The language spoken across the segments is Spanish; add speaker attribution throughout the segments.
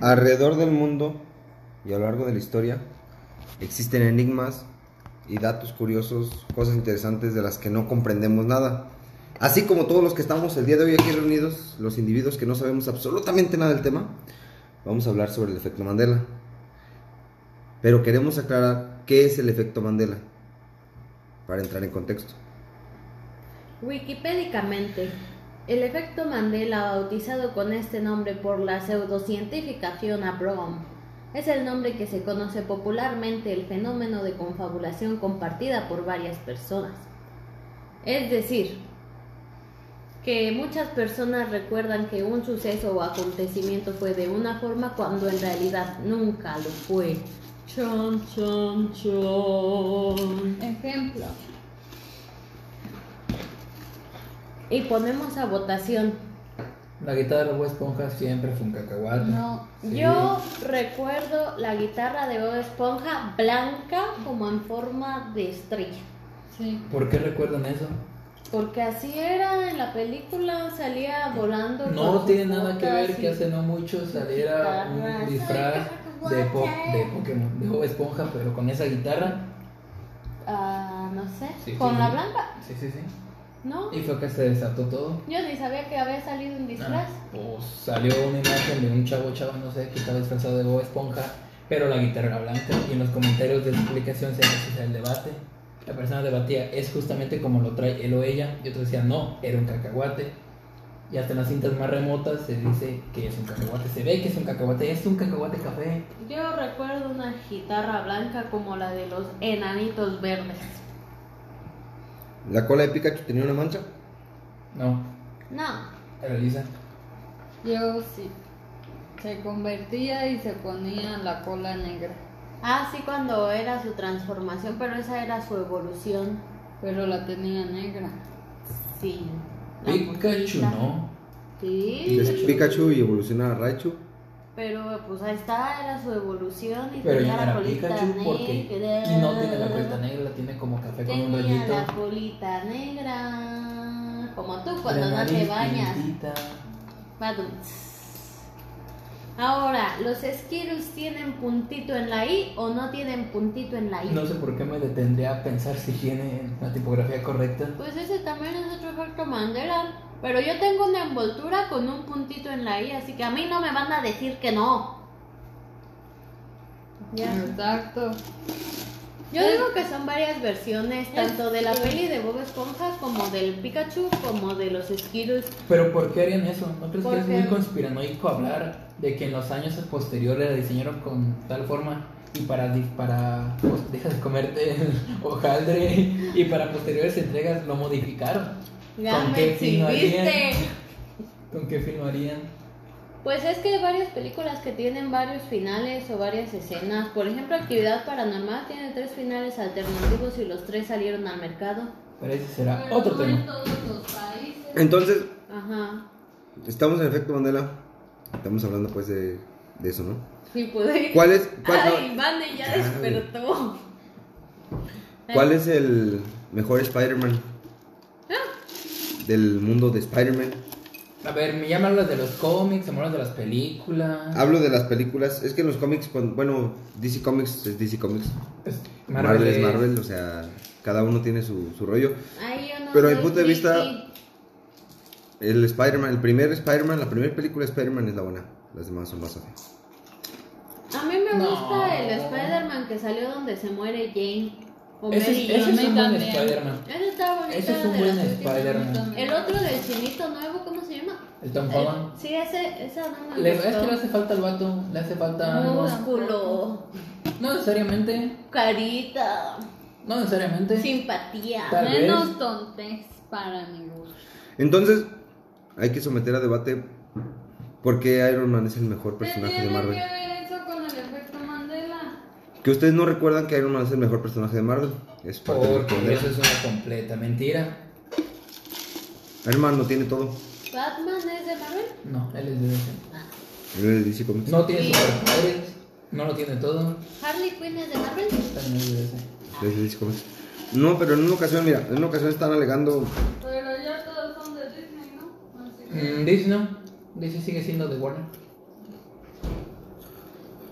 Speaker 1: Alrededor del mundo y a lo largo de la historia existen enigmas y datos curiosos, cosas interesantes de las que no comprendemos nada. Así como todos los que estamos el día de hoy aquí reunidos, los individuos que no sabemos absolutamente nada del tema, vamos a hablar sobre el efecto Mandela. Pero queremos aclarar qué es el efecto Mandela para entrar en contexto.
Speaker 2: Wikipédicamente, el efecto Mandela, bautizado con este nombre por la pseudocientífica Fiona Brom, es el nombre que se conoce popularmente el fenómeno de confabulación compartida por varias personas. Es decir, que muchas personas recuerdan que un suceso o acontecimiento fue de una forma cuando en realidad nunca lo fue. Chon, chon, chon. Ejemplo. Y ponemos a votación.
Speaker 3: La guitarra de Bob Esponja siempre fue un cacahuate.
Speaker 2: No,
Speaker 3: Sí.
Speaker 2: yo recuerdo la guitarra de Bob Esponja blanca como en forma de estrella.
Speaker 4: Sí.
Speaker 3: ¿Por qué recuerdan eso?
Speaker 2: Porque así era en la película, salía volando. con
Speaker 3: No
Speaker 2: sus
Speaker 3: tiene nada que ver
Speaker 2: botas
Speaker 3: que
Speaker 2: y-
Speaker 3: hace no mucho saliera un
Speaker 2: Guitarras.
Speaker 3: disfraz de, po- de Pokémon, de Bob Esponja, pero con esa guitarra.
Speaker 2: Ah, no sé.
Speaker 3: Sí,
Speaker 2: con
Speaker 3: sí,
Speaker 2: la
Speaker 3: sí.
Speaker 2: blanca,
Speaker 3: Sí, sí, sí.
Speaker 2: ¿no?
Speaker 3: Y fue que se desató todo.
Speaker 2: Yo ni sabía que había salido un disfraz.
Speaker 3: Ah, pues salió una imagen de un chavo chavo, no sé, que estaba disfrazado de Bob Esponja, pero la guitarra era blanca. Y en los comentarios de la publicación se hacía el debate. La persona debatía, es justamente como lo trae él o ella. Y otros decían, no, era un cacahuate. Y hasta en las cintas más remotas se dice que es un cacahuate. Se ve que es un cacahuate, es un cacahuate café.
Speaker 2: Yo recuerdo una guitarra blanca como la de los enanitos verdes.
Speaker 1: La cola épica que tenía una mancha.
Speaker 3: No,
Speaker 2: No,
Speaker 3: era lisa.
Speaker 4: Yo sí. Se convertía y se ponía la cola negra.
Speaker 2: Ah, sí, cuando era su transformación, pero esa era su evolución.
Speaker 4: Pero la tenía negra.
Speaker 2: Sí. la
Speaker 3: Pikachu,
Speaker 2: mosquita.
Speaker 3: ¿no?
Speaker 2: Sí.
Speaker 1: Es Pikachu y evoluciona a Raichu.
Speaker 2: Pero pues ahí está, era su evolución y
Speaker 3: Pero
Speaker 2: tenía
Speaker 3: ya no
Speaker 2: la
Speaker 3: era
Speaker 2: colita
Speaker 3: Pikachu porque
Speaker 2: negra.
Speaker 3: y no tiene la colita negra, la tiene como café con un
Speaker 2: Tenía
Speaker 3: rayito.
Speaker 2: la colita negra. Como tú
Speaker 3: La
Speaker 2: cuando no te
Speaker 3: nariz
Speaker 2: bañas.
Speaker 3: pintita.
Speaker 2: Badum. Ahora, ¿los Skittles tienen puntito en la I o no tienen puntito en la I?
Speaker 3: No sé por qué me detendría a pensar si tiene la tipografía correcta.
Speaker 2: Pues ese también es otro efecto Mandela. Pero yo tengo una envoltura con un puntito en la I, así que a mí no me van a decir que no.
Speaker 4: Exacto.
Speaker 3: Eh.
Speaker 2: Yo digo que son varias versiones, tanto de la peli de Bob Esponja como del Pikachu, como de los Skittles.
Speaker 3: Pero ¿por qué harían eso? ¿No crees que es
Speaker 2: Porque-
Speaker 3: muy conspiranoico hablar de que en los años posteriores la diseñaron con tal forma y para, di- para pues, dejas de comerte el hojaldre y para posteriores entregas lo modificaron?
Speaker 2: Ya
Speaker 3: ¿Con
Speaker 2: me
Speaker 3: qué fin lo harían?
Speaker 2: exhibiste.
Speaker 3: ¿Con qué fin lo harían?
Speaker 2: Pues es que hay varias películas que tienen varios finales o varias escenas. Por ejemplo, Actividad Paranormal tiene tres finales alternativos y los tres salieron al mercado.
Speaker 3: Pero ese será
Speaker 4: Pero
Speaker 3: Ah, otro
Speaker 4: no en
Speaker 3: tema.
Speaker 4: todos los países.
Speaker 1: Entonces,
Speaker 2: Ajá.
Speaker 1: estamos en efecto Mandela. Estamos hablando pues de, de eso, ¿no?
Speaker 2: Sí, puede.
Speaker 1: ¿Cuál es, cuál,
Speaker 2: Ay, Vane ya
Speaker 1: Ay.
Speaker 2: despertó.
Speaker 1: cuál es el mejor Spider-Man del mundo de Spider-Man?
Speaker 3: A ver, me llaman las de los cómics, me hablan de las películas.
Speaker 1: Hablo de las películas. Es que en los cómics, cuando- bueno, DC Comics es DC Comics.
Speaker 3: Pues,
Speaker 1: Marvel, es Marvel, o sea, cada uno tiene su, su rollo.
Speaker 2: Ay, yo no
Speaker 1: Pero mi
Speaker 2: soy
Speaker 1: punto de vista-
Speaker 2: friki.
Speaker 1: El Spider-Man, el primer Spider-Man, la primera película de Spider-Man es la buena. Las demás son más feas.
Speaker 2: A mí me
Speaker 3: No.
Speaker 2: gusta el Spider-Man que salió donde se muere Jane. O Mary
Speaker 3: Ese, ese
Speaker 2: Jane.
Speaker 3: es un buen
Speaker 4: también.
Speaker 3: Spider-Man.
Speaker 2: Ese estaba bonito.
Speaker 3: Ese es un
Speaker 2: de
Speaker 3: buen
Speaker 2: las-
Speaker 3: Spider-Man.
Speaker 2: El otro del chinito nuevo, ¿cómo se llama?
Speaker 3: El Tom
Speaker 2: El-
Speaker 3: Holland.
Speaker 2: Sí, ese, esa no me
Speaker 3: Le-
Speaker 2: gustó.
Speaker 3: es que le hace falta al vato, le hace falta algo.
Speaker 2: Músculo,
Speaker 3: No necesariamente,
Speaker 2: carita,
Speaker 3: no necesariamente.
Speaker 2: simpatía.
Speaker 3: Tal vez.
Speaker 4: Menos tontes para mi gusto.
Speaker 1: Entonces, hay que someter a debate por qué Iron Man es el mejor
Speaker 4: ¿Qué
Speaker 1: personaje de
Speaker 4: tiene que
Speaker 1: Marvel.
Speaker 4: ver eso con el efecto Mandela?
Speaker 1: Que ustedes no recuerdan que Iron Man es el mejor personaje de Marvel. Es parte de
Speaker 3: Porque eso es una completa mentira.
Speaker 1: Iron Man no tiene todo.
Speaker 2: Batman es de Marvel.
Speaker 3: No, él es de DC.
Speaker 1: Él es de DC Comics.
Speaker 3: No tiene superpoderes, no lo tiene todo,
Speaker 2: Harley Quinn es de Marvel.
Speaker 3: también es de DC.
Speaker 1: Él es de DC Comics. No, pero en una ocasión, mira, en una ocasión están alegando.
Speaker 4: Pero ya todos son de Disney, ¿no? Así que-
Speaker 3: Mm, DC no, DC sigue siendo de Warner.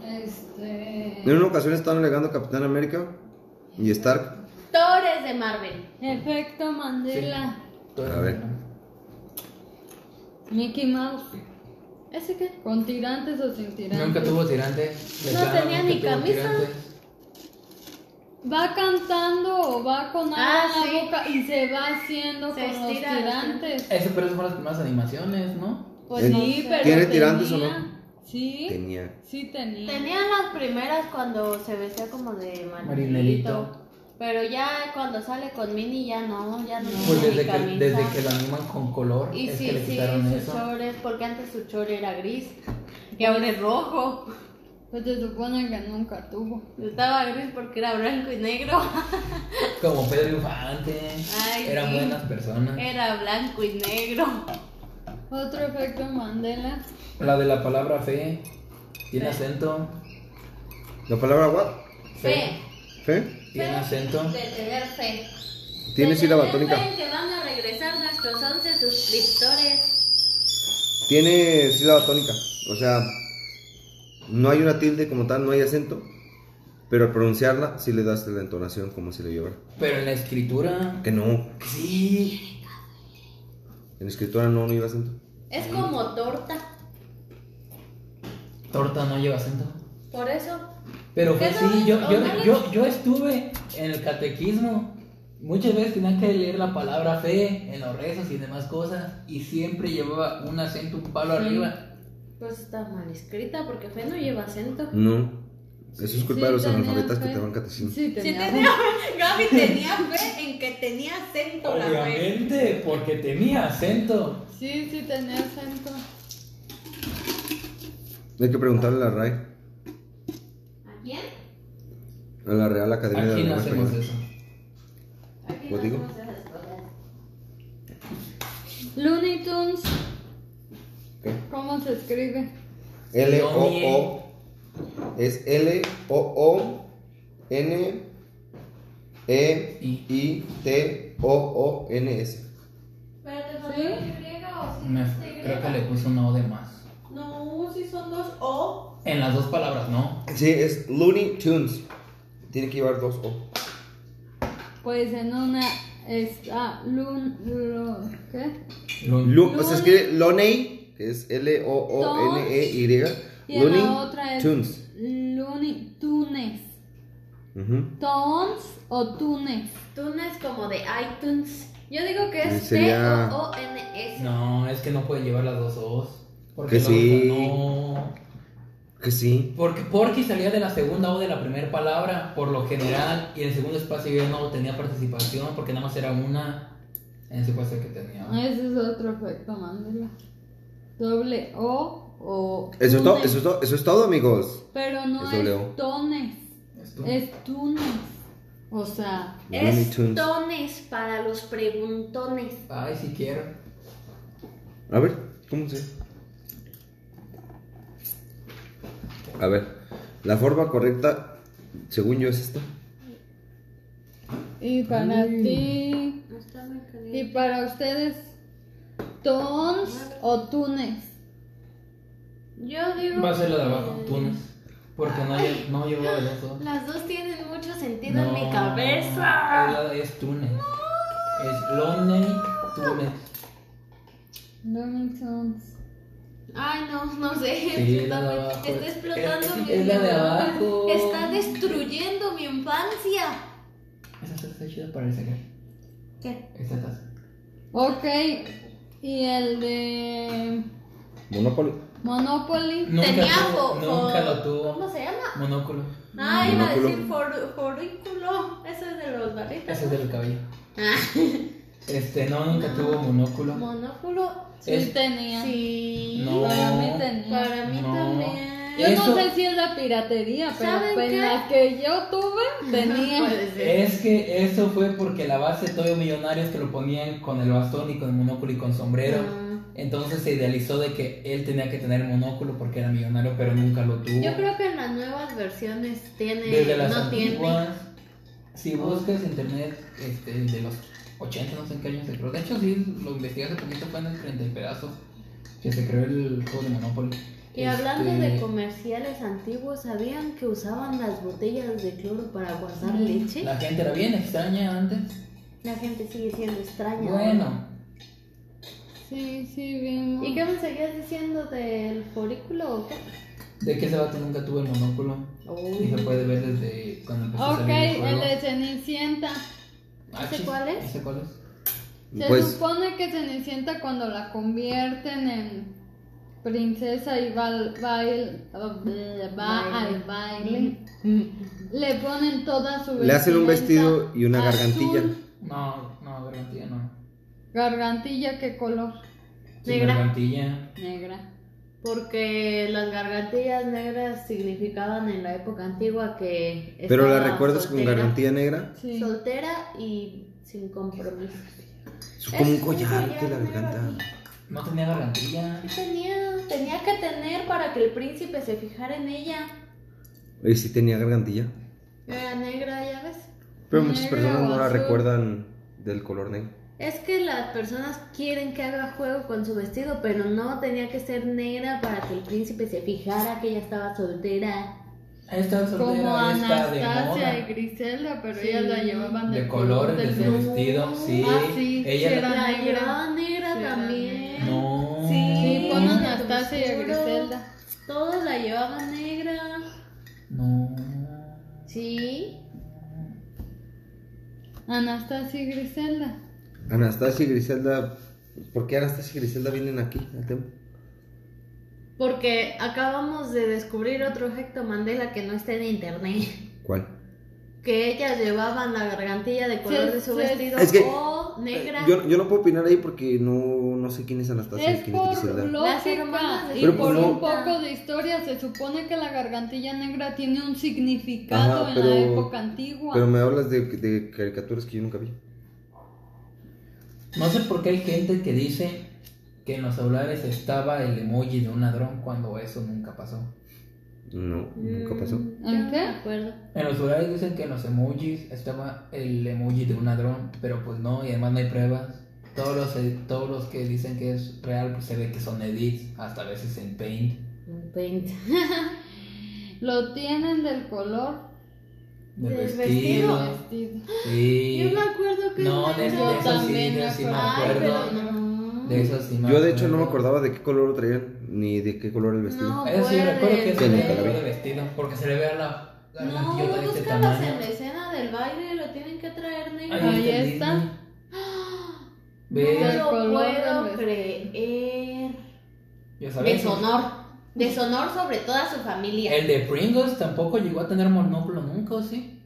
Speaker 4: Este.
Speaker 1: En una ocasión estaban alegando Capitán América y Stark.
Speaker 2: Actores de Marvel.
Speaker 4: Efecto Mandela.
Speaker 3: Todo
Speaker 1: A
Speaker 3: eso,
Speaker 1: ver.
Speaker 3: ¿no?
Speaker 4: Mickey Mouse.
Speaker 2: ¿Ese qué?
Speaker 4: ¿Con tirantes o sin tirantes?
Speaker 3: Nunca tuvo tirantes. de
Speaker 2: No
Speaker 3: plano,
Speaker 2: tenía
Speaker 3: nunca
Speaker 2: ni
Speaker 3: tuvo
Speaker 2: camisa.
Speaker 4: Va cantando o va con algo
Speaker 2: Ah,
Speaker 4: en la
Speaker 2: sí.
Speaker 4: boca y se va haciendo
Speaker 2: Se
Speaker 4: con los
Speaker 2: estira, se
Speaker 4: tirantes.
Speaker 3: Eso, pero esas fueron las primeras animaciones, ¿no?
Speaker 4: Pues
Speaker 1: Eh,
Speaker 4: sí, pero.
Speaker 1: ¿tiene tirantes o
Speaker 4: tenía-
Speaker 1: no?
Speaker 4: Sí.
Speaker 1: Tenía.
Speaker 4: Sí, tenía.
Speaker 2: Tenían las primeras cuando se vestía como de marinerito.
Speaker 3: Marinerito.
Speaker 2: Pero ya cuando sale con Mini ya no, ya no
Speaker 3: Pues
Speaker 2: tiene
Speaker 3: desde que,
Speaker 2: camisa.
Speaker 3: desde que lo animan con color,
Speaker 2: Y
Speaker 3: es
Speaker 2: sí,
Speaker 3: que le
Speaker 2: sí,
Speaker 3: quitaron
Speaker 2: sus
Speaker 3: eso.
Speaker 2: chores, porque antes su chor era gris y ahora es rojo.
Speaker 4: Pues se supone que nunca tuvo.
Speaker 2: Estaba gris porque era blanco y negro.
Speaker 3: Como Pedro Infante.
Speaker 2: Ay,
Speaker 3: eran
Speaker 2: sí.
Speaker 3: buenas personas.
Speaker 2: Era blanco y negro.
Speaker 4: Otro efecto Mandela.
Speaker 3: La de la palabra fe. Tiene acento.
Speaker 1: ¿La palabra what?
Speaker 2: Fe.
Speaker 1: ¿Fe?
Speaker 3: Tiene acento.
Speaker 2: De tener fe.
Speaker 1: Tiene
Speaker 2: De
Speaker 1: sílaba
Speaker 2: tener
Speaker 1: tónica.
Speaker 2: fe que van a regresar nuestros 11 suscriptores.
Speaker 1: Tiene sílaba tónica. O sea, no hay una tilde como tal, no hay acento. Pero al pronunciarla, sí le das la entonación como si le llevara.
Speaker 3: Pero en la escritura.
Speaker 1: Que no.
Speaker 3: Sí.
Speaker 1: En escritura no, no lleva acento.
Speaker 2: Es como torta.
Speaker 3: Torta no lleva acento.
Speaker 2: Por eso.
Speaker 3: Pero fue
Speaker 2: ¿Qué no
Speaker 3: sí,
Speaker 2: es?
Speaker 3: yo,
Speaker 2: ¿O
Speaker 3: yo,
Speaker 2: no es?
Speaker 3: yo, yo estuve en el catequismo. Muchas veces tenían que leer la palabra fe en los rezos y demás cosas. Y siempre llevaba un acento, un palo
Speaker 2: Sí.
Speaker 3: arriba.
Speaker 2: Pues está mal escrita porque fe no lleva acento.
Speaker 1: No. Eso es culpa
Speaker 4: Sí,
Speaker 1: de los
Speaker 4: tenía
Speaker 1: analfabetas que
Speaker 4: fe.
Speaker 1: te van catecismo.
Speaker 4: Sí,
Speaker 2: Sí
Speaker 4: tenía.
Speaker 2: tenía fe. Gaby tenía fe en que tenía acento la fe.
Speaker 3: Obviamente, porque tenía acento.
Speaker 4: Sí, sí, tenía acento.
Speaker 1: Hay que preguntarle a la RAE,
Speaker 2: ¿A quién?
Speaker 1: a la Real Academia de
Speaker 3: Aquí
Speaker 1: la
Speaker 3: no
Speaker 1: Lengua
Speaker 3: hacemos
Speaker 1: Española.
Speaker 3: eso.
Speaker 2: Aquí
Speaker 1: ¿Lo
Speaker 2: no
Speaker 1: Pues digo?
Speaker 2: hacemos esas cosas.
Speaker 4: Looney Tunes.
Speaker 1: ¿Qué?
Speaker 4: ¿Cómo se escribe?
Speaker 1: L-O-O. Es E L-O-O-N-E-I-T-O-O-N-S.
Speaker 2: Pero te
Speaker 4: faltó la
Speaker 2: griega o
Speaker 3: Me- creo que le puse un O de más.
Speaker 2: No, si son dos O.
Speaker 3: En las dos palabras, no.
Speaker 1: Sí, es Looney Tunes. Tiene que llevar dos O.
Speaker 4: Pues en una está Lun. lo- ¿Qué?
Speaker 3: Lo-
Speaker 1: Lu- o sea,
Speaker 4: Looney.
Speaker 1: escribe Loney, que es
Speaker 4: Y
Speaker 1: L-O-O-N-E-Y.
Speaker 4: en
Speaker 1: E Looney
Speaker 4: la otra es
Speaker 1: Tunes.
Speaker 4: Looney Tunes.
Speaker 1: Ujú.
Speaker 4: Tons o Tunes.
Speaker 2: Tunes como de iTunes. Yo digo que
Speaker 1: Eh,
Speaker 2: es
Speaker 1: sería-
Speaker 2: T-O-O-N-S.
Speaker 3: No, es que no puede llevar las dos O's. Porque
Speaker 1: Que
Speaker 3: luego
Speaker 1: sí.
Speaker 3: No.
Speaker 1: Que sí.
Speaker 3: Porque Porky salía de la segunda o de la primera palabra, por lo general, y el segundo espacio ya no tenía participación, porque nada más era una en ese espacio que tenía.
Speaker 4: Ese es otro efecto Mandela. Doble O o.
Speaker 1: Eso es, todo,
Speaker 4: Tunes.
Speaker 1: eso, es todo, eso es todo, amigos.
Speaker 4: Pero no
Speaker 1: Es doble
Speaker 4: es,
Speaker 1: O.
Speaker 4: Tones.
Speaker 3: Es tú.
Speaker 4: Es Tunes. O sea.
Speaker 1: Looney
Speaker 2: Es
Speaker 1: Tunes.
Speaker 2: tones para los preguntones.
Speaker 3: Ay, si quiero.
Speaker 1: A ver, ¿cómo se? A ver, la forma correcta, según yo, es esta.
Speaker 4: Y para ti.
Speaker 2: Está muy
Speaker 4: Y para ustedes. Tons
Speaker 2: Ah.
Speaker 4: o Tunes.
Speaker 2: Yo digo.
Speaker 3: Va a ser la de
Speaker 2: que-
Speaker 3: abajo, Túnez. Porque no, lle- no llevó de los dos.
Speaker 2: Las dos tienen mucho sentido
Speaker 3: No,
Speaker 2: en mi cabeza.
Speaker 3: Es, la- es Túnez. Es Lonely Túnez.
Speaker 4: Looney Tunes.
Speaker 2: Ay, no, no sé.
Speaker 3: Sí, es la de
Speaker 2: Explótame.
Speaker 3: abajo.
Speaker 2: Está explotando
Speaker 3: Es-
Speaker 2: mi
Speaker 3: es la de
Speaker 2: cerebro.
Speaker 3: abajo.
Speaker 2: Está destruyendo mi infancia.
Speaker 3: Esa taza está chida para el sacar.
Speaker 2: ¿Qué?
Speaker 3: Esta taza.
Speaker 4: Ok. Y el de.
Speaker 1: Monopoly.
Speaker 4: Monopoly.
Speaker 3: Nunca
Speaker 2: Tenía
Speaker 3: tuvo-
Speaker 2: fo-
Speaker 3: Nunca
Speaker 2: fo-
Speaker 3: lo tuvo.
Speaker 2: ¿Cómo se llama?
Speaker 3: Monóculo.
Speaker 2: Ah, iba a
Speaker 1: Monóculo.
Speaker 2: decir for, forículo. Eso es de los barritas.
Speaker 3: Ese es del cabello.
Speaker 2: Ah,
Speaker 3: Este, no, nunca tuvo monóculo.
Speaker 2: monóculo.
Speaker 4: Sí,
Speaker 3: Es-
Speaker 4: tenía.
Speaker 2: Sí.
Speaker 3: No.
Speaker 4: Para mí tenía.
Speaker 2: Para mí
Speaker 3: No.
Speaker 2: también.
Speaker 4: Yo
Speaker 3: Eso-
Speaker 4: no sé si es la piratería, pero
Speaker 2: ¿Saben
Speaker 4: pues
Speaker 2: qué?
Speaker 4: la que yo tuve tenía.
Speaker 2: Puede ser.
Speaker 3: Es que eso fue porque la base de todo millonario es que lo ponían con el bastón y con el monóculo y con sombrero.
Speaker 2: Ah.
Speaker 3: Entonces se idealizó de que él tenía que tener monóculo porque era millonario, pero nunca lo tuvo.
Speaker 2: Yo creo que en las nuevas versiones tiene.
Speaker 3: Desde las
Speaker 2: no
Speaker 3: antiguas, si buscas internet este, de los 80, no sé en qué año se creó. De hecho, sí, lo investigué hace poquito, fue en el 30 y pedazos que se creó el juego de Monopoly.
Speaker 2: Y hablando
Speaker 3: Este,
Speaker 2: de comerciales antiguos, ¿sabían que usaban las botellas de cloro para guardar leche?
Speaker 3: La gente era bien extraña antes.
Speaker 2: La gente sigue siendo extraña.
Speaker 3: Bueno,
Speaker 4: Sí, sí, vimos.
Speaker 2: ¿Y qué me seguías diciendo del forículo o qué?
Speaker 3: de que ese vato nunca tuvo el monóculo. Y se puede ver desde cuando empezó a
Speaker 4: Ok,
Speaker 3: salir Pues el
Speaker 4: el
Speaker 3: juego.
Speaker 4: de Cenicienta.
Speaker 3: Ah,
Speaker 2: ¿Ese
Speaker 3: chis,
Speaker 2: cuál es?
Speaker 3: ¿Ese cuál es?
Speaker 4: Se
Speaker 1: Pues,
Speaker 4: supone que Cenicienta cuando la convierten en princesa y va al baile, oh, va al baile, le ponen toda su
Speaker 1: Le hacen un
Speaker 4: vestimenta
Speaker 1: vestido y una gargantilla.
Speaker 3: No, no, garantía no.
Speaker 4: Gargantilla, ¿qué color?
Speaker 3: Sí,
Speaker 2: Negra.
Speaker 3: garantía.
Speaker 4: Negra.
Speaker 2: Porque las gargantillas negras significaban en la época antigua que.
Speaker 1: Pero la
Speaker 2: estaba
Speaker 1: recuerdas con
Speaker 2: soltera.
Speaker 1: gargantilla negra.
Speaker 4: Sí.
Speaker 2: Soltera y sin compromiso.
Speaker 1: Es como un
Speaker 2: Es un
Speaker 1: collar
Speaker 2: collar
Speaker 1: que la
Speaker 2: negro
Speaker 1: garganta.
Speaker 2: aquí.
Speaker 3: No tenía garantía.
Speaker 2: ¿Qué tenía? Tenía que tener para que el príncipe se fijara en ella.
Speaker 1: Y sí tenía gargantilla.
Speaker 2: Era negra, ya ves.
Speaker 1: Pero muchas
Speaker 4: Negra
Speaker 1: personas
Speaker 4: o
Speaker 1: no la
Speaker 4: azul.
Speaker 1: recuerdan del color negro.
Speaker 2: Es que las personas quieren que haga juego con su vestido, pero no tenía que ser negra para que el príncipe se fijara que ella estaba soltera.
Speaker 3: Ahí está
Speaker 4: Como
Speaker 3: soltera, ahí está de
Speaker 4: Anastasia y
Speaker 3: moda.
Speaker 4: Griselda, pero
Speaker 2: Sí.
Speaker 4: ellas la llevaban
Speaker 3: De colores, de
Speaker 4: del
Speaker 3: su
Speaker 4: blue.
Speaker 3: vestido. Sí,
Speaker 4: Ah, sí,
Speaker 3: ella
Speaker 4: sí
Speaker 3: la-
Speaker 4: era
Speaker 2: La
Speaker 4: negra.
Speaker 2: llevaban negra
Speaker 4: Sí, era
Speaker 2: también.
Speaker 3: No.
Speaker 2: Sí,
Speaker 4: Sí, pon a
Speaker 2: ponen
Speaker 4: Anastasia y a Griselda.
Speaker 2: Todos la llevaban negra.
Speaker 3: No.
Speaker 2: Sí.
Speaker 4: Anastasia y Griselda.
Speaker 1: Anastasia y Griselda. ¿Por qué Anastasia y Griselda vienen aquí? al tema?
Speaker 2: Porque acabamos de descubrir otro efecto Mandela que no está en internet.
Speaker 1: ¿Cuál?
Speaker 2: Que ellas llevaban la gargantilla de color
Speaker 4: Sí,
Speaker 2: de su
Speaker 4: sí.
Speaker 2: vestido
Speaker 1: Es que-
Speaker 2: o negra.
Speaker 1: Yo, yo no puedo opinar ahí porque no, no sé quién es Anastasia y
Speaker 4: Es
Speaker 1: quién es
Speaker 4: por
Speaker 1: Griselda.
Speaker 2: Las hermanas
Speaker 4: lógica
Speaker 2: de
Speaker 4: y
Speaker 1: Pero
Speaker 4: por
Speaker 1: pues
Speaker 4: un
Speaker 1: no.
Speaker 4: poco de historia se supone que la gargantilla negra tiene un significado
Speaker 1: Ajá,
Speaker 4: en
Speaker 1: pero-
Speaker 4: la época antigua.
Speaker 1: Pero me hablas de, de caricaturas que yo nunca vi.
Speaker 3: No sé por qué hay gente que dice que en los celulares estaba el emoji de un ladrón cuando eso nunca pasó.
Speaker 1: No, nunca pasó.
Speaker 2: Mm,
Speaker 4: ¿En
Speaker 2: yo No
Speaker 4: qué?
Speaker 2: me acuerdo.
Speaker 3: En los celulares dicen que en los emojis estaba el emoji de un ladrón, pero pues no, y además no hay pruebas. Todos los, todos los que dicen que es real, pues se ve que son edits, hasta a veces en Paint.
Speaker 2: Un veinte.
Speaker 4: Lo tienen del color
Speaker 3: Del
Speaker 2: Del
Speaker 3: vestido.
Speaker 4: del vestido.
Speaker 3: Sí.
Speaker 2: Yo me acuerdo que
Speaker 3: No,
Speaker 2: era
Speaker 3: de, de
Speaker 4: Yo
Speaker 3: eso sí,
Speaker 4: también
Speaker 3: de
Speaker 4: me
Speaker 3: eso sí me
Speaker 4: acuerdo.
Speaker 2: Ay,
Speaker 3: acuerdo.
Speaker 2: pero no.
Speaker 3: De eso sí me
Speaker 1: Yo de hecho no
Speaker 3: acuerdo.
Speaker 1: me acordaba de qué color lo traían ni de qué color el vestido.
Speaker 2: No.
Speaker 3: Eso sí,
Speaker 2: Puede.
Speaker 3: recuerdo que es
Speaker 1: Que
Speaker 3: el
Speaker 1: nunca lo
Speaker 3: color
Speaker 1: vi.
Speaker 3: de vestido, porque se le ve a la
Speaker 2: No,
Speaker 3: gargantilla de este
Speaker 2: búscalas en la
Speaker 3: tamaño.
Speaker 2: escena del baile, lo tienen que traer negro.
Speaker 4: Ay, Ahí
Speaker 3: entendí.
Speaker 4: está.
Speaker 2: no pues,
Speaker 3: Ve,
Speaker 2: lo
Speaker 4: color
Speaker 2: puedo
Speaker 4: del
Speaker 2: creer.
Speaker 3: ya sabes.
Speaker 2: Deshonor. Deshonor sobre toda su familia.
Speaker 3: El de Pringles tampoco llegó a tener monóculo nunca, ¿o sí?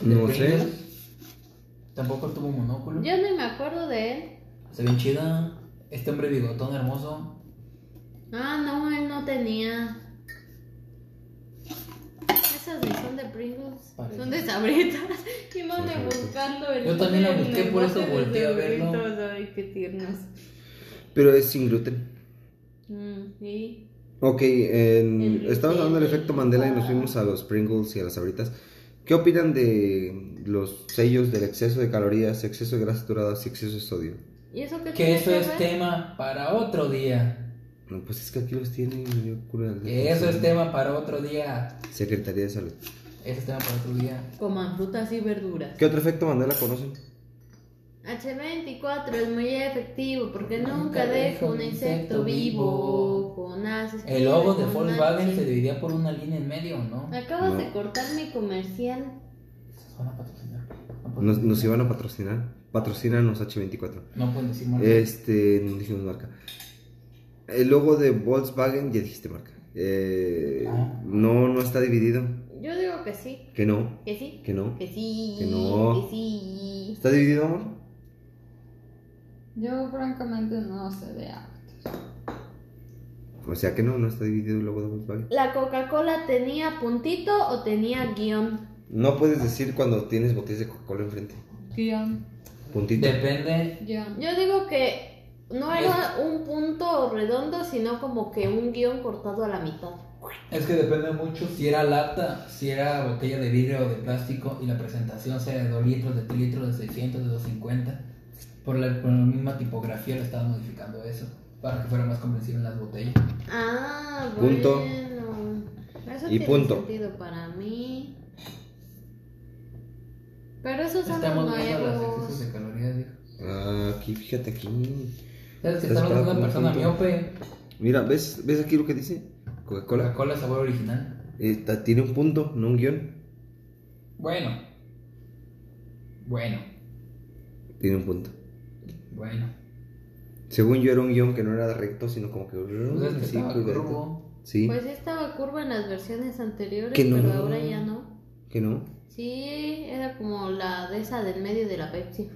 Speaker 3: El de
Speaker 1: No sé.
Speaker 3: Pringles Tampoco tuvo monóculo.
Speaker 2: Yo no me acuerdo de él.
Speaker 3: Se ve chida. Este hombre bigotón hermoso.
Speaker 2: Ah, no, él no tenía. Esas ni son de Pringles,
Speaker 3: Parece.
Speaker 2: son de Sabritas. Y van a buscarlo. en
Speaker 3: Yo también lo
Speaker 2: en
Speaker 3: busqué,
Speaker 2: el
Speaker 3: por eso
Speaker 2: bote de
Speaker 3: volteé a verlo.
Speaker 2: Sabritas, Ay, qué tiernos.
Speaker 1: Pero es sin gluten.
Speaker 2: Mm, y
Speaker 1: Ok, en-
Speaker 2: El gluten.
Speaker 1: estamos hablando del efecto Mandela y nos fuimos a los Pringles y a las sabritas. ¿Qué opinan de los sellos del exceso de calorías, exceso de grasas saturadas y exceso de sodio?
Speaker 2: ¿Y eso qué
Speaker 3: Que
Speaker 2: tiene
Speaker 3: eso es
Speaker 2: ver?
Speaker 3: tema para otro día.
Speaker 1: No, Pues es que aquí los tienen. me dio cura de-
Speaker 3: Que eso es tema para otro día.
Speaker 1: Secretaría de Salud.
Speaker 3: Ese es tema para otro día.
Speaker 2: Coman frutas y verduras.
Speaker 1: ¿Qué otro efecto Mandela conocen?
Speaker 2: H24 es muy efectivo porque
Speaker 3: Nunca
Speaker 2: nunca deja
Speaker 3: deja
Speaker 2: un insecto vivo. Con ases
Speaker 3: El logo de
Speaker 2: con
Speaker 3: Volkswagen se
Speaker 2: ases.
Speaker 3: dividía por una línea en medio, ¿no?
Speaker 2: Acabas
Speaker 1: No.
Speaker 2: de cortar mi comercial.
Speaker 3: Van a patrocinar. No pueden
Speaker 1: Nos,
Speaker 3: decir-
Speaker 1: nos iban a patrocinar. Patrocínanos H24.
Speaker 3: No pueden decir mal.
Speaker 1: Este, no dijimos marca. El logo de Volkswagen, ya dijiste marca. Eh,
Speaker 3: Ah.
Speaker 1: no, no está dividido.
Speaker 2: Yo digo que sí,
Speaker 1: Que no,
Speaker 2: que sí,
Speaker 1: que no.
Speaker 2: que sí,
Speaker 1: Que no.
Speaker 2: que sí.
Speaker 1: ¿Está dividido, amor?
Speaker 4: Yo francamente no sé de autos.
Speaker 1: O sea que no, no está dividido el logo de Volkswagen.
Speaker 2: ¿La Coca-Cola tenía puntito o tenía guión?
Speaker 1: No puedes decir cuando tienes botellas de Coca-Cola enfrente.
Speaker 4: Guión,
Speaker 1: Puntito.
Speaker 3: Depende.
Speaker 4: guión.
Speaker 2: Yo digo que no era
Speaker 1: Este.
Speaker 2: un punto redondo, sino como que un guión cortado a la mitad.
Speaker 3: Es que depende mucho si era lata, si era botella de vidrio o de plástico y la presentación sea de 2 litros, de 3 litros, de 600, de 250. Por la, por la misma tipografía lo estaban modificando eso. para que fuera más comprensible en las botellas.
Speaker 2: Ah,
Speaker 1: Punto.
Speaker 2: bueno. Eso
Speaker 1: Y
Speaker 2: tiene
Speaker 1: punto.
Speaker 2: sentido para mí. Pero esos son los
Speaker 3: Estamos viendo los excesos
Speaker 2: nuevos.
Speaker 3: de calorías, dijo.
Speaker 1: Ah, aquí, fíjate aquí.
Speaker 3: ¿Sabes que
Speaker 1: Estás
Speaker 3: estamos hablando de una
Speaker 1: parado
Speaker 3: persona
Speaker 1: con un punto.
Speaker 3: miope?
Speaker 1: Mira, ¿ves, ¿ves aquí lo que dice? Coca-Cola.
Speaker 3: Coca-Cola sabor original.
Speaker 1: Eh, ta- tiene un punto, no un guión.
Speaker 3: Bueno. Bueno.
Speaker 1: Tiene un punto.
Speaker 3: Bueno.
Speaker 1: Según yo era un guión que no era recto, sino como que...
Speaker 3: Pues es que
Speaker 1: Sí,
Speaker 3: estaba
Speaker 1: cuidadito.
Speaker 3: curvo.
Speaker 1: Sí,
Speaker 2: Pues sí estaba curva en las versiones anteriores,
Speaker 1: Que no.
Speaker 2: pero ahora ya no.
Speaker 1: que no.
Speaker 2: Sí, era como la de esa del medio de la Pepsi.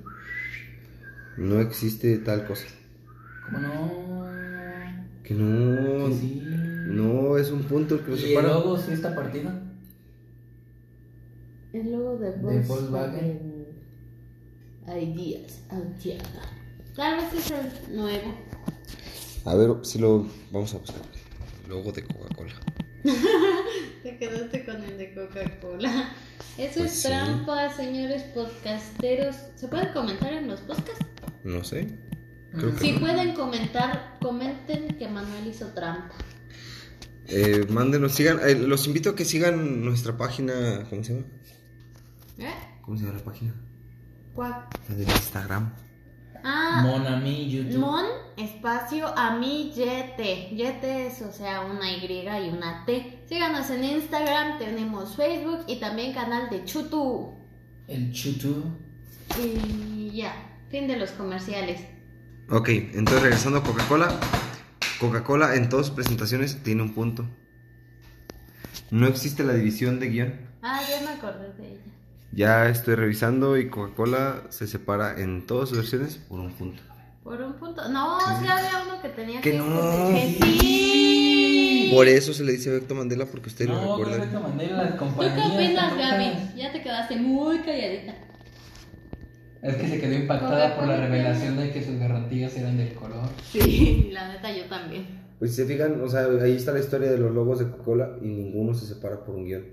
Speaker 1: No existe tal cosa.
Speaker 3: ¿Cómo no?
Speaker 1: Que no.
Speaker 3: Que sí.
Speaker 1: No, es un punto el que lo
Speaker 3: ¿Y el
Speaker 1: separa.
Speaker 3: logo sí está partido?
Speaker 2: El logo de
Speaker 3: De
Speaker 2: Volkswagen.
Speaker 3: Volkswagen.
Speaker 2: Ideas, Santiago. Tal vez es el nuevo.
Speaker 1: A ver si lo vamos a buscar. Logo de Coca-Cola.
Speaker 2: Te quedaste con el de Coca-Cola. Eso
Speaker 1: Pues
Speaker 2: es
Speaker 1: sí.
Speaker 2: trampa, señores podcasteros. ¿Se pueden comentar en los podcasts?
Speaker 1: No sé. Creo
Speaker 2: Si pueden comentar, comenten que Manuel hizo trampa.
Speaker 1: Eh, mándenos, sigan. eh, los invito a que sigan nuestra página. ¿Cómo se llama?
Speaker 2: ¿Eh?
Speaker 1: ¿Cómo se llama la página?
Speaker 2: ¿Cuál?
Speaker 1: La de Instagram.
Speaker 2: Ah,
Speaker 3: Monami YouTube.
Speaker 2: Mon espacio a mi YT. YT es, o sea, una Y y una T. Síganos en Instagram, tenemos Facebook y también canal de Chutu.
Speaker 3: El Chutu.
Speaker 2: Y ya, fin de los comerciales.
Speaker 1: Ok, entonces regresando a Coca-Cola. Coca-Cola en todas sus presentaciones tiene un punto. No existe la división de guión.
Speaker 2: Ah, ya me acordé de ella.
Speaker 1: Ya estoy revisando y Coca-Cola se separa en todas sus versiones por un punto.
Speaker 2: Por un punto. No, sí había uno que tenía
Speaker 1: Que no.
Speaker 2: Que sí.
Speaker 1: Por eso se le dice a Vector Mandela porque ustedes lo
Speaker 3: No, creo que
Speaker 1: recuerdan.
Speaker 3: te mandé las
Speaker 2: ¿Tú qué
Speaker 3: compañías.
Speaker 2: opinas,
Speaker 3: locas.
Speaker 2: Gaby? Ya te quedaste muy calladita.
Speaker 3: Es que se quedó impactada por la revelación de que sus garrantillas eran del color.
Speaker 2: Sí, la neta, yo también.
Speaker 1: Pues si se fijan, o sea, ahí está la historia de los logos de Coca-Cola y ninguno se separa por un guión.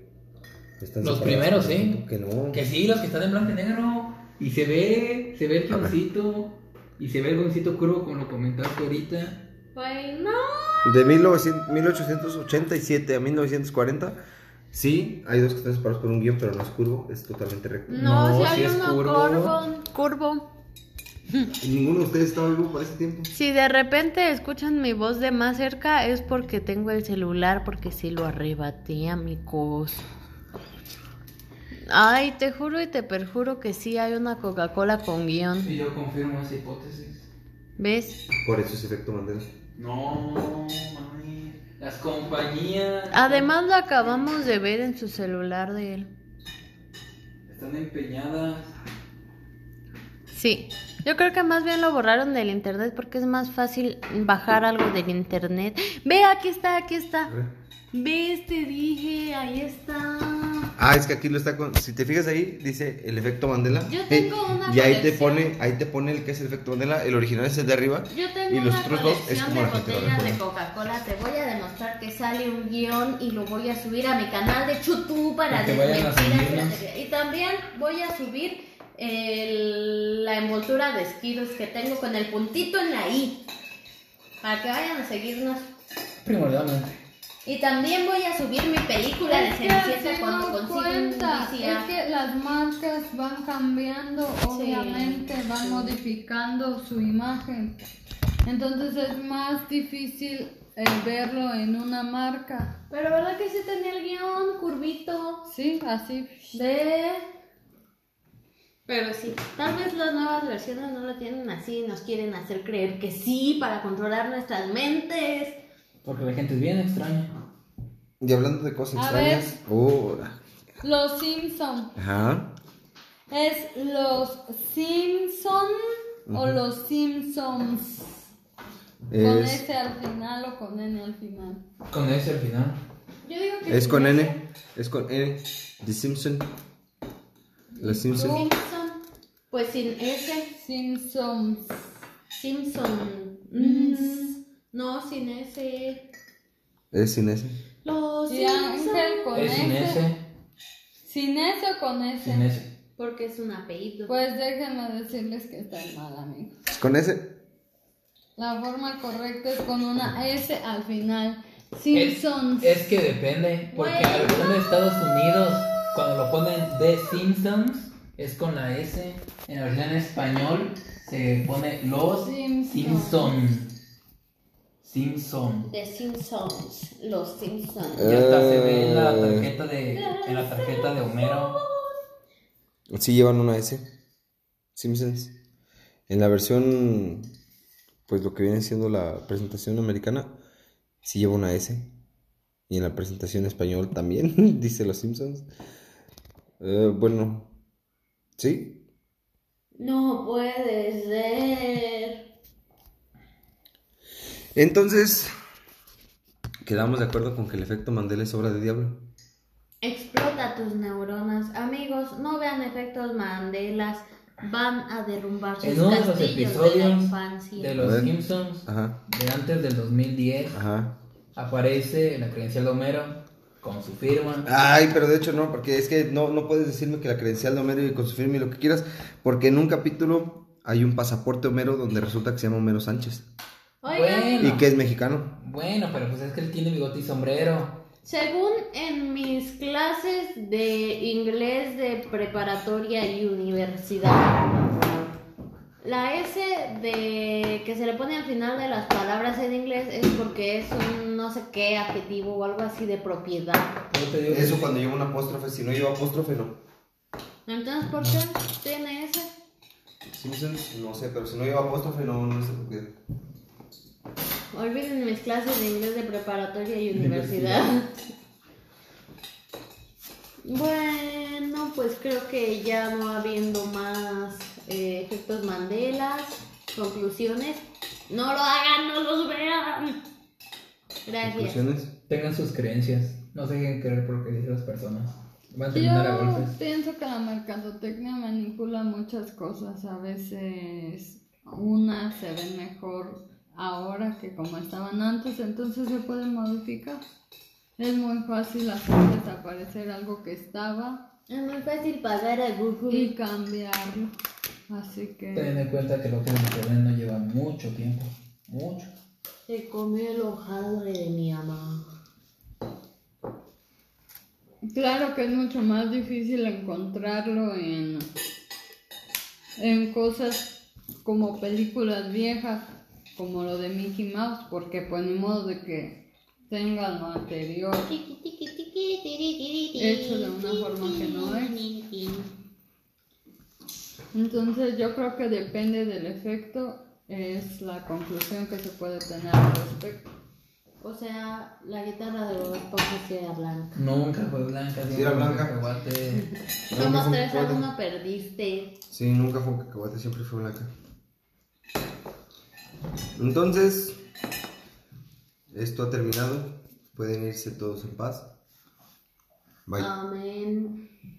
Speaker 1: Están
Speaker 3: Los
Speaker 1: separados
Speaker 3: primeros,
Speaker 1: por un
Speaker 3: ¿sí?
Speaker 1: punto, Que no.
Speaker 3: Que sí, los que están en blanco y negro. Y se ve, se ve el guioncito. Y se ve el guioncito curvo como lo comentaste ahorita.
Speaker 2: Pues no.
Speaker 1: De 1900 1887 a 1940, sí, hay dos que están separados por un guión, pero no es curvo, es totalmente recto.
Speaker 2: No,
Speaker 3: No,
Speaker 2: si
Speaker 3: sí
Speaker 2: había
Speaker 3: es
Speaker 2: uno
Speaker 3: curvo.
Speaker 2: curvo. curvo.
Speaker 1: Y ninguno de ustedes estaba vivo para ese tiempo.
Speaker 2: Si de repente escuchan mi voz de más cerca es porque tengo el celular, porque sí lo arrebaté, amigos. Ay, te juro y te perjuro que sí hay una Coca-Cola con guión.
Speaker 3: Y yo confirmo esa hipótesis.
Speaker 2: ¿Ves?
Speaker 1: Por eso es efecto Mandela.
Speaker 3: No, mami. Las compañías.
Speaker 2: Además lo acabamos de ver en su celular de él.
Speaker 3: Están empeñadas.
Speaker 2: Sí, yo creo que más bien lo borraron del internet porque es más fácil bajar algo del internet. Ve, aquí está, aquí está. Ves, te dije, ahí está.
Speaker 1: Ah, es que aquí lo está con. Si te fijas ahí, dice el efecto Mandela.
Speaker 2: Yo tengo una
Speaker 1: Y ahí te
Speaker 2: colección.
Speaker 1: pone, ahí te pone el que es el efecto Mandela. El original es el de arriba.
Speaker 2: Yo tengo
Speaker 1: y los
Speaker 2: una
Speaker 1: otros dos es
Speaker 2: colección
Speaker 1: como
Speaker 2: de
Speaker 1: la gente lo
Speaker 2: botellas de
Speaker 1: recuerda.
Speaker 2: Coca-Cola. Te voy a demostrar que sale un guión y lo voy a subir a mi canal de YouTube para
Speaker 3: Que te vayan a
Speaker 2: desmentir la
Speaker 3: seguirnos.
Speaker 2: piratería. Y también voy a subir el- la envoltura de esquiros que tengo con el puntito en la I. Para que vayan a seguirnos.
Speaker 3: Primordialmente.
Speaker 2: Y también voy a subir mi película de
Speaker 4: Es que
Speaker 2: Cenicienta
Speaker 4: así
Speaker 2: cuando
Speaker 4: no
Speaker 2: consigo un
Speaker 4: cuenta, es
Speaker 2: VCR.
Speaker 4: que las marcas van cambiando, obviamente van modificando su imagen. Entonces es más difícil el verlo en una marca.
Speaker 2: Pero verdad que sí tenía el guión curvito
Speaker 4: Sí, así.
Speaker 2: de... Pero sí, tal vez las nuevas versiones no lo tienen así, nos quieren hacer creer que sí para controlar nuestras mentes.
Speaker 3: Porque la gente es bien extraña.
Speaker 1: Y hablando de cosas
Speaker 4: A
Speaker 1: extrañas. Oh,
Speaker 4: Los Simpson.
Speaker 1: ajá.
Speaker 4: ¿Es los Simpson o
Speaker 1: Ujú.
Speaker 4: los Simpsons? Con
Speaker 1: Es,
Speaker 4: S al final o con N al final.
Speaker 3: Con ese al final.
Speaker 2: Yo digo que
Speaker 1: es con N. Es con N. The Simpson. Los Simpson.
Speaker 2: Simpson, pues sin S,
Speaker 4: Simpsons.
Speaker 2: Simpson. Mm. No, sin S.
Speaker 1: Es sin S.
Speaker 2: Los
Speaker 4: Y Ángel
Speaker 2: Simpson.
Speaker 4: con
Speaker 3: Es sin
Speaker 4: S.
Speaker 3: ese.
Speaker 4: ¿Sin S o con S?
Speaker 3: Sin ese.
Speaker 2: Porque es un apellido.
Speaker 4: Pues déjenme decirles que están mal, amigos.
Speaker 1: ¿Es con S?
Speaker 4: La forma correcta es con una S al final. Simpsons.
Speaker 3: Es, es que depende, porque
Speaker 2: Güey,
Speaker 3: algunos de Estados Unidos, cuando lo ponen The Simpsons, es con la S. En la versión en español se pone Los
Speaker 4: Simpsons.
Speaker 3: Simpson. Simpson.
Speaker 2: The Simpsons, los Simpsons.
Speaker 1: Eh.
Speaker 3: Ya hasta se ve en la tarjeta de, en la tarjeta de Homero.
Speaker 1: Sí llevan una S. Simpsons. En la versión, pues lo que viene siendo la presentación americana, sí lleva una S. Y en la presentación en español también, dice los Simpsons. Eh, bueno, sí.
Speaker 2: No puede ser.
Speaker 1: Entonces, quedamos de acuerdo con que el efecto Mandela es obra de diablo.
Speaker 2: Explota tus neuronas, amigos. No vean efectos Mandelas. Van a derrumbar sus
Speaker 3: En uno de los
Speaker 2: castillos de la
Speaker 3: episodios
Speaker 2: infancia.
Speaker 3: de los
Speaker 1: Bueno.
Speaker 3: Simpsons,
Speaker 1: Ajá,
Speaker 3: de antes del 2010,
Speaker 1: ajá.
Speaker 3: aparece la credencial de Homero con su firma.
Speaker 1: Ay, pero de hecho no, porque es que no, no puedes decirme que la credencial de Homero y con su firma y lo que quieras, porque en un capítulo hay un pasaporte Homero donde resulta que se llama Homero Sánchez
Speaker 2: Oigan,
Speaker 3: Bueno.
Speaker 1: y que es mexicano.
Speaker 3: Bueno, pero pues es que él tiene bigote y sombrero.
Speaker 2: Según en mis clases de inglés de preparatoria y universidad, la S de que se le pone al final de las palabras en inglés es porque es un no sé qué adjetivo o algo así de propiedad.
Speaker 3: Yo te digo que-
Speaker 1: cuando lleva un apóstrofe, si no lleva apóstrofe, no.
Speaker 2: Entonces, ¿por qué tiene S?
Speaker 1: Simpsons, no sé, pero si no lleva apóstrofe, no, no sé por qué.
Speaker 2: Olviden mis clases de inglés de preparatoria y universidad. Bueno, pues creo que ya no habiendo más eh, efectos Mandelas, conclusiones. No lo hagan, no los vean. Gracias.
Speaker 1: ¿Conclusiones?
Speaker 3: Tengan sus creencias. No se dejen creer por lo que dicen las personas. Van a terminar a
Speaker 4: Yo
Speaker 3: golpes.
Speaker 4: pienso que la mercadotecnia manipula muchas cosas. A veces unas se ven mejor ahora que como estaban antes, entonces se pueden modificar. Es muy fácil hacer desaparecer algo que estaba
Speaker 2: Es muy fácil pagar a
Speaker 4: y
Speaker 2: Google.
Speaker 4: cambiarlo. Así que
Speaker 3: Ten en cuenta que lo que nos venden no lleva mucho tiempo. Mucho.
Speaker 2: Se comió el hojaldre de mi mamá.
Speaker 4: claro que es mucho más difícil encontrarlo en, en cosas como películas viejas, como lo de Mickey Mouse, porque pues ni modo de que tengan lo anterior.
Speaker 2: Tiqui, tiqui, tiqui, tiri, tiri, tiri,
Speaker 4: Hecho de una forma que no es. Entonces yo creo que depende del efecto, es la conclusión que se puede tener al respecto.
Speaker 2: O sea, la guitarra de los Esponja sí era blanca.
Speaker 3: Nunca fue blanca.
Speaker 1: Sí,
Speaker 3: siempre
Speaker 1: era
Speaker 3: fue
Speaker 1: blanca.
Speaker 3: cacahuate.
Speaker 2: Somos
Speaker 1: Nunca fue
Speaker 2: tres
Speaker 1: un
Speaker 2: a
Speaker 1: cacahuate.
Speaker 2: uno perdiste.
Speaker 1: Sí, nunca fue un cacahuate, siempre fue blanca. Entonces, esto ha terminado. Pueden irse todos en paz. Bye.
Speaker 2: Amén.